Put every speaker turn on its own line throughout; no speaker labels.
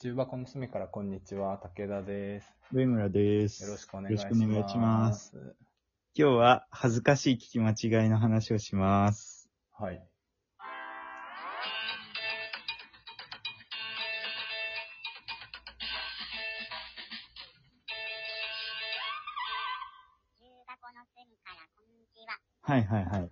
中箱の隅からこんにちは、武田です。
上村です。
よろしくお願いします。
よろしくお願いします。今日は恥ずかしい聞き間違いの話をします。
はい。
中箱の隅からこんにちは。
はいはいはい。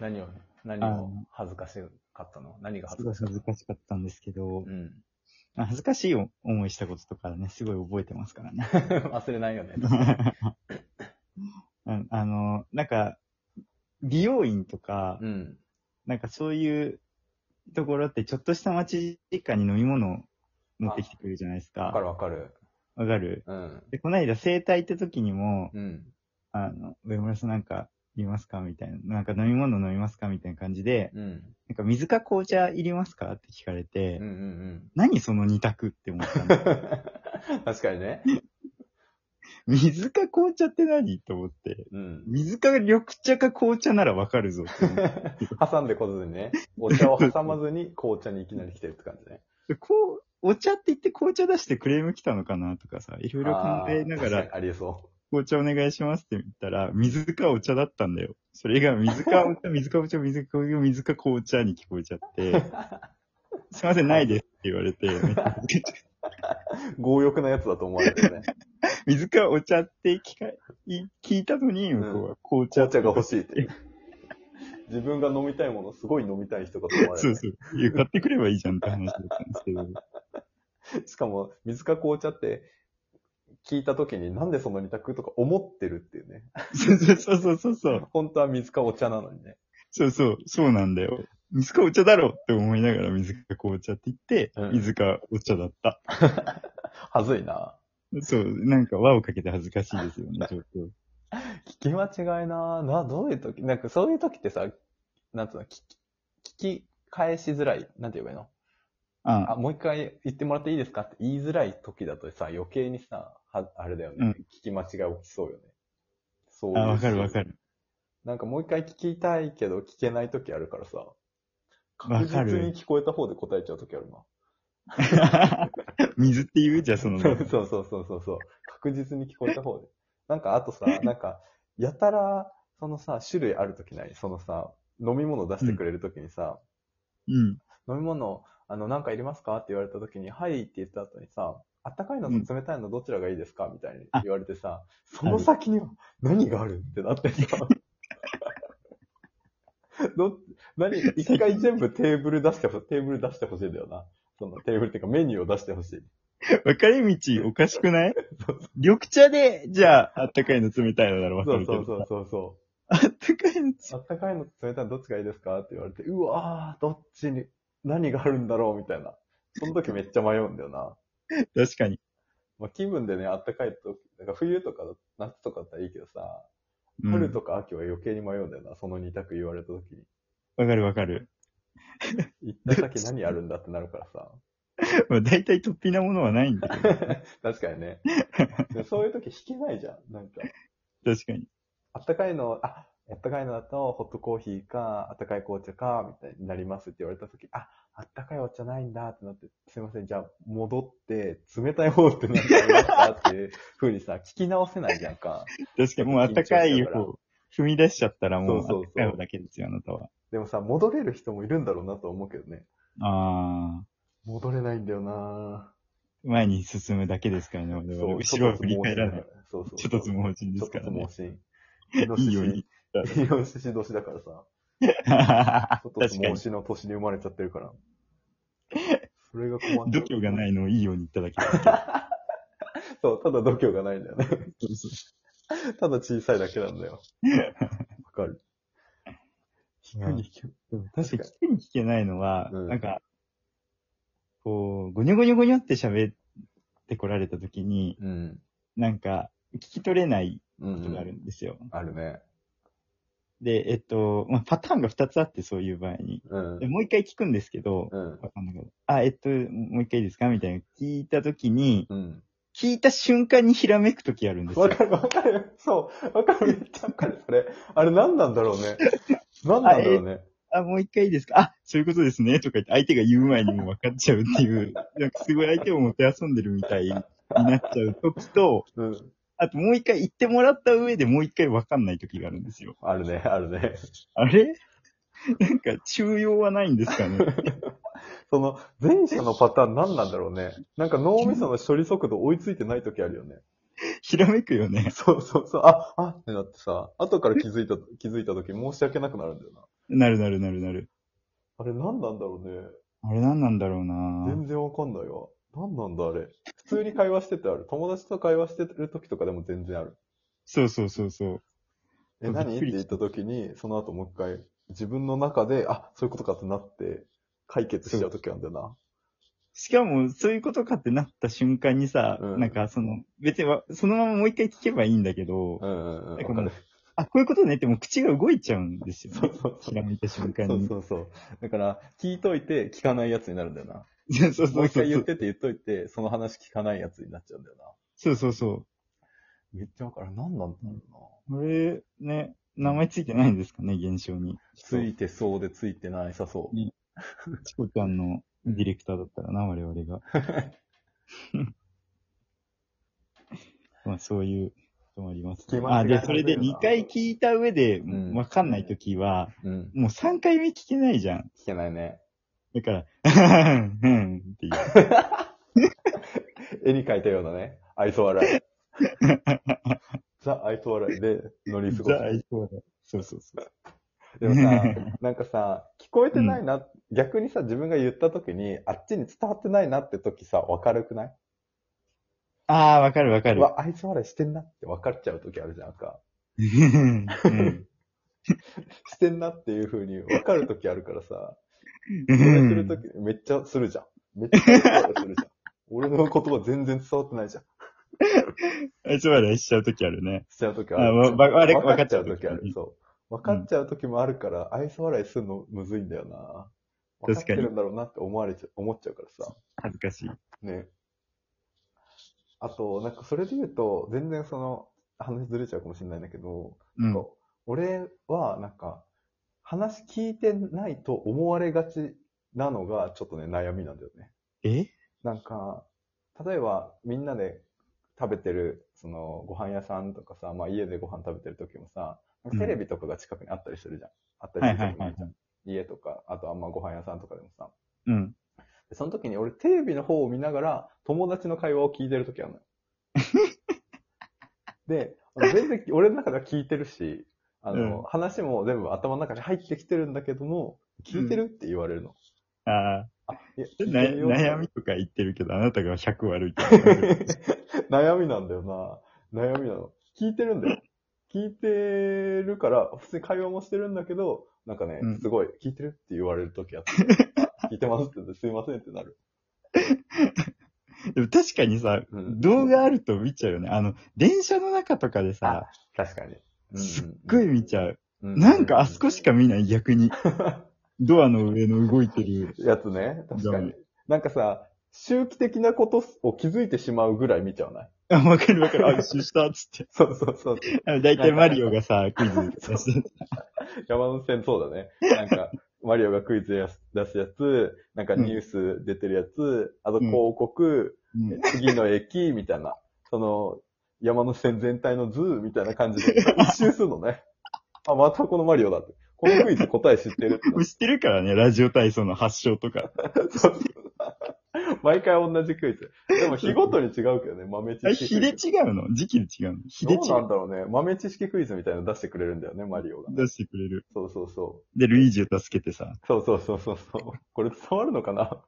何を、何
あ
を
の
恥ずかしかったの何が
す
恥ず
ごい
かしかっ
恥ずかしかったんですけど
た、うん。
まあ恥ずかしい思いしたこととかね、すごい覚えてますからね。
忘れないよね。確かに
うんあの、なんか、美容院とか、
うん。
なんかそういうところって、ちょっとした待ち時間に飲み物を持ってきてくれるじゃないですか。
わかるわかる。
わかる
うん。
で、この間整体行った時にも、
うん。
あの、上村さんなんか、いりますかみたいな。なんか飲み物飲みますかみたいな感じで、
うん。
なんか水か紅茶いりますかって聞かれて、
うんうんうん。
何その二択って思ったんだ
確かにね。
水か紅茶って何と思って。
うん。
水か緑茶か紅茶ならわかるぞって 思っ
挟んでこずにね。お茶を挟まずに紅茶にいきなり来てるって感じね。
て。こう、お茶って言って紅茶出してクレーム来たのかなとかさ、いろいろ考えなが
あー確
ら、
かにありえそ。
紅茶お願いしますって言ったら、水かお茶だったんだよ。それが水かお茶、水かお茶、水かお茶、水か紅茶に聞こえちゃって、すいません、ないですって言われて、めっちゃ恥ずかしい う
強欲なやつだと思われてるね。
水かお茶って聞かい聞いたのに、向こうは紅
紅
茶って
茶が欲しいって。自分が飲みたいもの、すごい飲みたい人かと思われ
そう
る。
そう。いや買ってくればいいじゃんって話だったんですけど。
しかも、水か紅茶って、聞いた時になんでその二択とか思ってるっていうね。
そうそうそうそうそう。
本当は水かお茶なのにね。
そうそう。そうなんだよ。水かお茶だろって思いながら水か紅茶って言って、
うん
水かお茶だった。
はずいな。
そう。なんか輪をかけて恥ずかしいですよね、ちょっと。
聞き間違いなな、どういう時なんかそういう時ってさ、なんつうの、聞き、聞き返しづらい。なんて言えばいいのあ、
あ
もう一回言ってもらっていいですかって言いづらい時だとさ、余計にさ、はあれだよね、
うん
聞き間違い起きそうよね。そういう
あ、わかるわ
る。
かる。
なんかもう一回聞きたいけど聞けない時あるからさ、
わ
確
か
実
る
に。聞こえた方で答えちゃう時あるな。
水って言うじゃあ、そ の。
そうそうそうそうそうそう。確実に聞こえた方で。なんかあと さ、なんか、やたら、そのさ、種類あるときないそのさ、飲み物出してくれるときにさ、
うん。
飲み物、あの、なんかいりますかって言われたときに、はいって言った後にさ、あったかいの
うん
と冷たいのどちらがいいですかみたいに
あ
言われてさ、その先には何があるってなって さ、ど、何、一回全部テーブル出してほしい、テーブル出してほしいんだよな。そのテーブルっていうかメニューを出してほしい。
分かれ道おかしくない緑茶で、じゃあ、あったかいの冷たいのならわか
そ
る
う
け
そ
ど。
うそうそうそう。
あったかいの
あったかいのと冷たいのどっちがいいですかって言われて、うわー、どっちに、何があるんだろうみたいな。その時めっちゃ迷うんだよな。
確かに。
まあ、気分でね、あったかいと、なんか冬とか夏とかだったらいいけどさ、
うん
春とか秋は余計に迷うんだよな、その二択言われた時に。
わかるわかる。
行った先何あるんだってなるからさ。
まあ、大体突飛なものはないんだけど、
確かにね。でもそういう時引けないじゃん、なんか。
確かに。
あったかいの、あ、あったかいのだと、ホットコーヒーか、あったかい紅茶か、みたいになりますって言われたとき、あ、あったかいお茶ないんだってなって、すいません、じゃあ戻って、冷たい方ってなんかありますかっていう風にさ、聞き直せないじゃんか。
確かに、もうあったかい方、踏み出しちゃったらもう、
そうそうそう
あったかい方だけですよ、あなたは。
でもさ、戻れる人もいるんだろうなと思うけどね。
ああ、
戻れないんだよな
前に進むだけですからね、我々は後ろは振り返らない。。
そうそう。
ちょっとず
盲
盲信
信
で
ちょ
す
っ
か
と
ら
ず
ね
盲。信。イノシ
いいよう
シ
に。
イノシシ年だからさ。ちょっ
確
と
か
ずつ
に
申。しの年に生まれちゃってるから。それが困っ。
度胸がないいのをいいように言っただけだ
そう、ただ度胸がないんだよね。
けど。そうそ
ただ小さいだけなんだよ。わかる。
う
確かに
うん確かに聞くに聞けないのは、
うん
なんか、こう、ごにょごにょごにょって喋ってこられたときに、
うん。
なんか、聞き取れない
うん
ことがあるんですよ。
あるね。
で、えっと、まあ、パターンが2つあって、そういう場合に。
うん
で。もう一回聞くんですけど、
うん。
わかんないけど、あ、えっと、もう一回いいですかみたいな聞いたときに、
うん。
聞いた瞬間にひらめくときあるんです
わ
よ。
かるわかる。そう。わかる。めっちゃわかる。それ。あれ何なんだろうね。何なんだろうね。
あ、もう一回いいですかあ、そういうことですね。とか言って、相手が言う前にもう分かっちゃうっていう、なんかすごい相手をもてあそんでるみたいになっちゃう時と、
うん。
あともう一回言ってもらった上でもう一回分かんない時があるんですよ。
あるね、あるね。
あれ なんか、中用はないんですかね。
その、前者のパターン何なんだろうね。なんか脳みその処理速度追いついてない時あるよね。
ひらめくよね。
そうそうそう、あ、あってなってさ、後から気づいた、気づいた時申し訳なくなるんだよな。
なるなるなるなる。
あれ何なんだろうね。
あれ何なんだろうな
全然わかんないわ。何なんだあれ。普通に会話しててある。友達と会話してる時とかでも全然ある。
そうそうそうそう。
え、
びっくり
何って言った時に、その後もう一回、自分の中で、あ、そういうことかってなって、解決しちゃう時あるんだよ
しかも、そういうことかってなった瞬間にさ、
うん
なんかその、別にわそのままもう一回聞けばいいんだけど、
な。うんうんうん。
なん
わ
か
か
も
る
う。あ、こういうことねってもう口が動いちゃうんですよ、
そ
ね。
うそうそ
ひ
う。
らめいた瞬間
そう
に。
そうそう。だから、聞いといて聞かないやつになるんだよな。
そうそう
も
そうう
一
そ
回言っ
う。
てって言っといて、その話聞かないやつになっちゃうんだよ
そうそうそ
な。めっちゃわかる。何なんだろうな。
う。これ、ね、名前ついてないんですかね、現象に。
ついてそうでついてないさそう。
チコちゃんのディレクターだったらな、我々が。 まあ、そういうこともありますね、
聞き間違
あ、
い
で、それで2回聞いた上で
ん、
わかんないときは、
うん。
もう3回目聞けないじゃん。
聞けないね。
だから、うん、っていう。
絵に描いたようなね、愛想 笑い。ザ愛想笑いで乗り過ご
じゃあ
す。、
そうだ。そうそうそう。
でもさ、 なんかさ、聞こえてないな、逆にさ、自分が言った時に、あっちに伝わってないなって時さ、わかるくない
ああ、わかるわか
う
る。
わ、愛想笑いしてんなって分かっちゃう時あるじゃんか。
うんうん
してんなっていう風に分かる時あるからさ、
う
それする
ん
時めっちゃするじゃん。めっちゃ愛想笑いするじゃん。俺の言葉全然伝わってないじゃん。
あいつまでしちゃうときあるね。
しちゃう時あ
あ
る。
わわあれ
分かっちゃう時あ
わかっちゃう時あ
る
る。
そう。分かっちゃう時もあるから、愛想笑いするのむずいんだよな。分かっ
確
て
かに
るんだろうなって思われちゃ、思っちゃうからさ。
恥ずかしい。
ね。あと、なんかそれで言うと、全然その、話ずれちゃうかもしれないんだけど、
うん。
こう俺はなんか、話聞いてないと思われがちなのが、ちょっとね、悩みなんだよね。
え
なんか、例えばみんなで食べてる、その、ご飯屋さんとかさ、まあ家でご飯食べてる時もさ、
ん
テレビとかが近くにあったりするじゃん。あったり
は
す
い
るじ
は
ゃ
い
ん。
はい。
家とか、あとあんまご飯屋さんとかでもさ。
うん。
でその時に俺テレビの方を見ながら友達の会話を聞いてる時ある のよ。で、あの全然俺の中では聞いてるし、あの、
うん
話も全部頭の中に入ってきてるんだけども、聞いてるって言われるの。
ああ、
あ、いや、聞い
な
てるよ
悩みとか言ってるけど、あなたが100悪いって。
悩みなんだよな。悩みなの。聞いてるんだよ。聞いてるから、普通に会話もしてるんだけど、なんかね、
うん
すごい、聞いてるって言われるときあ って、聞いてますって言って、すいませんってなる。
でも確かにさ、
うん
動画あると見ちゃうよね。あの、電車の中とかでさ、
確かに。
すっごい見ちゃう。
うう
なんかあそこしか見ない、逆に。ドアの上の動いてる。
やつね。確か
ダ
に
メ。
なんかさ、周期的なことを気づいてしまうぐらい見ちゃわない
あ、わかるわかる。あ、一周したっつって
そうそうそう。。
あだいたいマリオが さ、クイズ出して。
山手線そうだね。なん か、マリオがクイズやす出すやつ、なんかニュース出てるやつ、あと広告、
うん
次の駅、みたいな。その、山手線全体の図、みたいな感じで、一周するの ね。あ、またこのマリオだって。このクイズ答え知ってるって
もう知ってるからね、ラジオ体操の発祥とか。
そう 毎回同じクイズ。でも日ごとに違うけどね、豆知
あれ、
識クイズ。
日で違うの時期で違うの日で違
どうなん
う。
だろうね。豆知識クイズみたいなの出してくれるんだよね、マリオが。
出してくれる。
そうそうそ
で、ルイージを助けてさ。
う。そうそうそうそうそう。これ伝わるのか な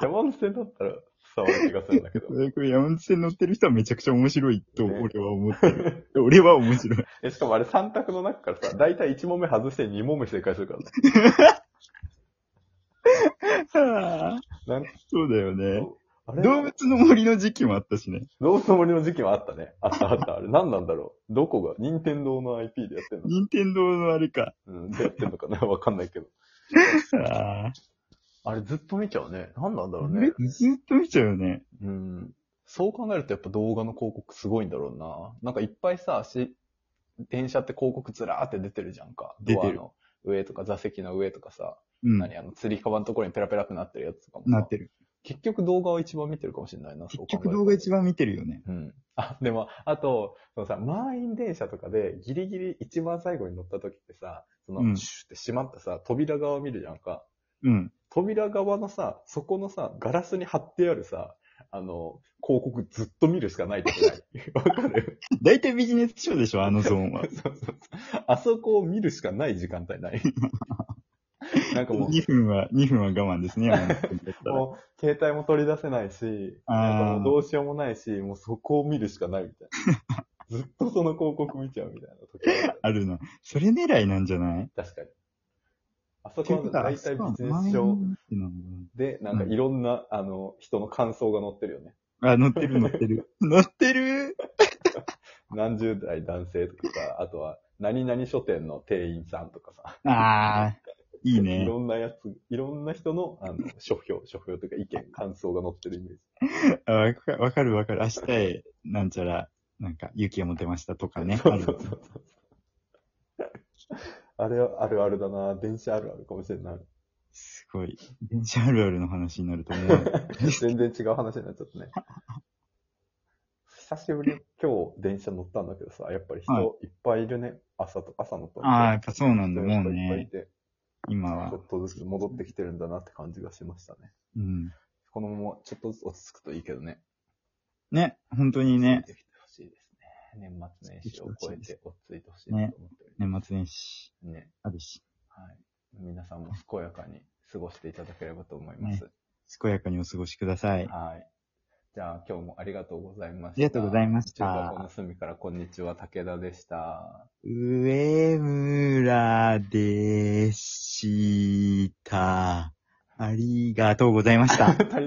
山手線だったら伝わる気がするんだけど。
これ、これ山手線乗ってる人はめちゃくちゃ面白いと俺は思ってる。 俺は面白い。
え、しかもあれ3択の中からさ、だいたい1問目外して2問目正解するからね。
はあ
なん
そうだよね。
あれ
動
動物
物の森の時期もあったしね。
の森の時期はあったね。あったあった。あれ何なんだろう。どこが任天堂の IP でやってんの
任天堂のあれか。
うん、でやってんのかなわかんないけど。
はあ
あれずっと見ちゃうね。何なんだろうね
ね。ずっと見ちゃうよね。
うん。そう考えるとやっぱ動画の広告すごいんだろうな。なんかいっぱいさ、し電車って広告ずらーって出てるじゃんか。
出てる
ドアの上とか座席の上とかさ、
うん。
何あの、釣り革のところにペラペラってなってるやつとかもさ
なってる。
結局動画を一番見てるかもしれないな、そ
結
う考えると
局動画一番見てるよね。
うん。あ、でも、あと、そのさ、満員電車とかでギリギリ一番最後に乗った時ってさ、その、
うん
シュッて閉まったさ、扉側を見るじゃんか。
うん。
扉側のさ、そこのさ、ガラスに貼ってあるさ、あの、広告ずっと見るしかない時ない。 わかる
大体ビジネスショーでしょ、あのゾーンは
そう。そうそう。あそこを見るしかない時間帯ない。 なんかもう、
2分は、2分は我 慢ですね、山本君だったら
もう、携帯も取り出せないし、
あー
なんかもうどうしようもないし、もうそこを見るしかないみたい な。ずっとその広告見ちゃうみたいな時ある
あるな。それ狙いなんじゃない
確かに。あそ
ってい
こ
うこ
は
とは、
大体ビジネス書
そう満員
で、なんかいろんな、あの、人の感想が載ってるよね。
あ、乗ってる乗って る。乗ってる
何十代男性とかさ、あとは、何々書店の店員さんとかさ、
ああ、いい
い
ね。
ろんなやつ、いろんな人の、あの、書評、書評というか意見、感想が載ってるイメージ。
あわかわかるわかる。明日へ、なんちゃら、なんか、勇気が持てましたとかね。
そうそうそうそう。あれはあるあるだな電車あるあるかもしれない。
すごい。電車あるあるの話になると思 う。
全然違う話になっちゃったね。久しぶりに今日電車乗ったんだけどさ、やっぱり人
は
い
い
っぱいいるね。朝と、朝のと。
ああ、やっぱそうなんだ、
人
も
が
う
いっぱいい
ね。
て、
今
ちょ
は。
っとずつ戻ってきてるんだなって感じがしましたね。
うん。
このままちょっとずつ落ち着くといいけどね。
ね、本当にね
落、ち着いてきてほしいですね。年末年始を超えて落ち着いてほしいなと思ってる。
年末年始、
ね。
あるし、
はい。皆さんも健やかに過ごしていただければと思います。
健やかにお過ごしください。
はい。じゃあ今日もありがとうございました。
ありがとうございました
中学校の隅からこんにちは、武田でした。
上村でした。ありがとうございました。